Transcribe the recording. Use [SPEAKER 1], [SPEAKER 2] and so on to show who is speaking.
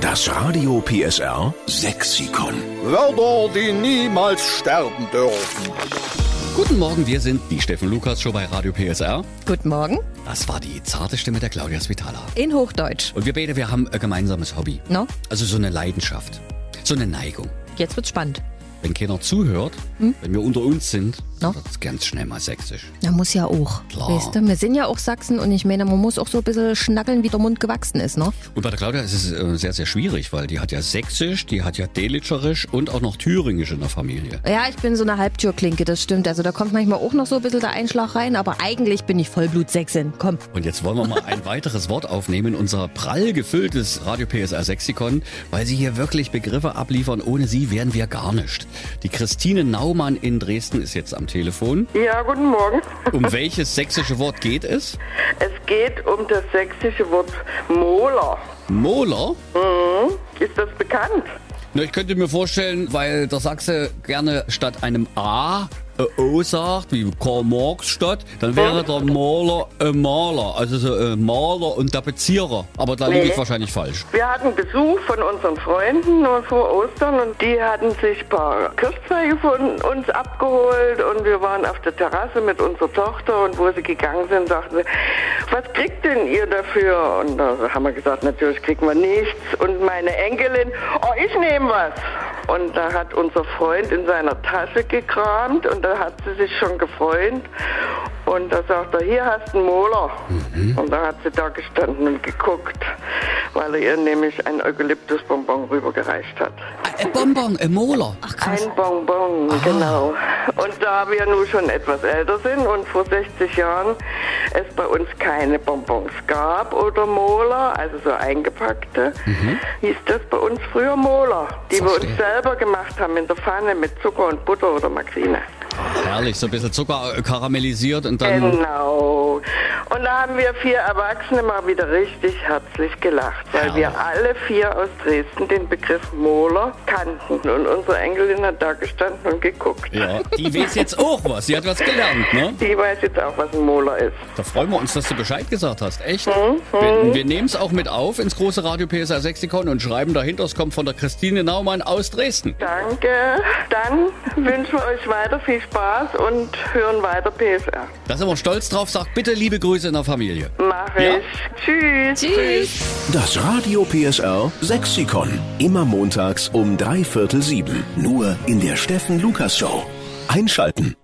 [SPEAKER 1] Das Radio PSR Sexikon.
[SPEAKER 2] Wörter, die niemals sterben dürfen.
[SPEAKER 3] Guten Morgen, wir sind die Steffen Lukas Show bei Radio PSR.
[SPEAKER 4] Guten Morgen
[SPEAKER 3] Das war die zarte Stimme der Claudia Svitala.
[SPEAKER 4] in Hochdeutsch.
[SPEAKER 3] Und wir beide, wir haben ein gemeinsames Hobby.
[SPEAKER 4] No?
[SPEAKER 3] Also so eine Leidenschaft, so eine Neigung.
[SPEAKER 4] Jetzt wird's spannend.
[SPEAKER 3] Wenn keiner zuhört, wenn wir unter uns sind,
[SPEAKER 4] Hm? No?
[SPEAKER 3] wird es ganz schnell mal sächsisch.
[SPEAKER 4] Na, muss ja auch.
[SPEAKER 3] Klar.
[SPEAKER 4] Weißt du, wir sind ja auch Sachsen und ich meine, man muss auch so ein bisschen schnackeln, wie der Mund gewachsen ist, ne?
[SPEAKER 3] Und bei der Claudia ist es äh, sehr, sehr schwierig, weil die hat ja sächsisch, die hat ja delitscherisch und auch noch thüringisch in der Familie.
[SPEAKER 4] Ja, ich bin so eine Halbtürklinke, das stimmt. Also da kommt manchmal auch noch so ein bisschen der Einschlag rein, aber eigentlich bin ich Vollblutsächsin. Komm.
[SPEAKER 3] Und jetzt wollen wir mal ein weiteres Wort aufnehmen, unser prall gefülltes Radio PSR Sexikon, weil sie hier wirklich Begriffe abliefern. Ohne sie wären wir gar nicht. Die Christine Naumann in Dresden ist jetzt am Telefon.
[SPEAKER 5] Ja, guten Morgen.
[SPEAKER 3] Um welches sächsische Wort geht es?
[SPEAKER 5] Es geht um das sächsische Wort Moler.
[SPEAKER 3] Moler?
[SPEAKER 5] Mhm. Ist das bekannt?
[SPEAKER 3] Na, ich könnte mir vorstellen, weil der Sachse gerne statt einem A äh, O sagt, wie Karl Marx statt, dann wäre der Maler äh, Maler, also so, äh, Maler und Tapezierer. Aber da liege ich
[SPEAKER 5] Nee.
[SPEAKER 3] wahrscheinlich falsch.
[SPEAKER 5] Wir hatten Besuch von unseren Freunden und vor Ostern und die hatten sich ein paar Kirschzweige von uns abgeholt und wir waren auf der Terrasse mit unserer Tochter und wo sie gegangen sind, sagten sie, was kriegt denn ihr dafür? Und da haben wir gesagt, natürlich kriegen wir nichts. Und meine Enkelin, oh, ich nehme was. Und da hat unser Freund in seiner Tasche gekramt und da hat sie sich schon gefreut. Und da sagt er, hier hast du einen Moler. Und da hat sie da gestanden und geguckt, weil er ihr nämlich ein Eukalyptusbonbon rübergereicht hat.
[SPEAKER 3] Äh, äh, Bonbon, äh, Moler. Ach, Ah.
[SPEAKER 5] Ein Bonbon, genau. Und da wir nun schon etwas älter sind und vor 60 Jahren es bei uns keine Bonbons gab oder Moler, also so eingepackte, hieß das bei uns früher Moler, die wir
[SPEAKER 3] Mhm. Verstehe.
[SPEAKER 5] uns selber gemacht haben in der Pfanne mit Zucker und Butter oder Maxine.
[SPEAKER 3] herrlich, so ein bisschen Zucker äh, karamellisiert und dann...
[SPEAKER 5] Genau. Und da haben wir vier Erwachsene mal wieder richtig herzlich gelacht, weil
[SPEAKER 3] Ja.
[SPEAKER 5] wir alle vier aus Dresden den Begriff Moler kannten. Und unsere Enkelin hat da gestanden und geguckt.
[SPEAKER 3] Ja, die weiß jetzt auch was. Sie hat was gelernt, ne?
[SPEAKER 5] Die weiß jetzt auch, was ein Moler ist.
[SPEAKER 3] Da freuen wir uns, dass du Bescheid gesagt hast. Echt? Wir, wir nehmen es auch mit auf ins große Radio PSR Sexikon und schreiben dahinter, es kommt von der Christine Naumann aus Dresden.
[SPEAKER 5] Danke. Dann wünschen wir euch weiter viel Spaß und hören weiter PSR.
[SPEAKER 3] Da sind wir stolz drauf. Sag bitte liebe Grüße in der Familie.
[SPEAKER 5] Mach ich.
[SPEAKER 3] Ja.
[SPEAKER 5] Tschüss. Tschüss.
[SPEAKER 1] Das Radio PSR Sexikon. Immer montags um drei Viertel sieben. Nur in der Steffen Lukas Show. Einschalten.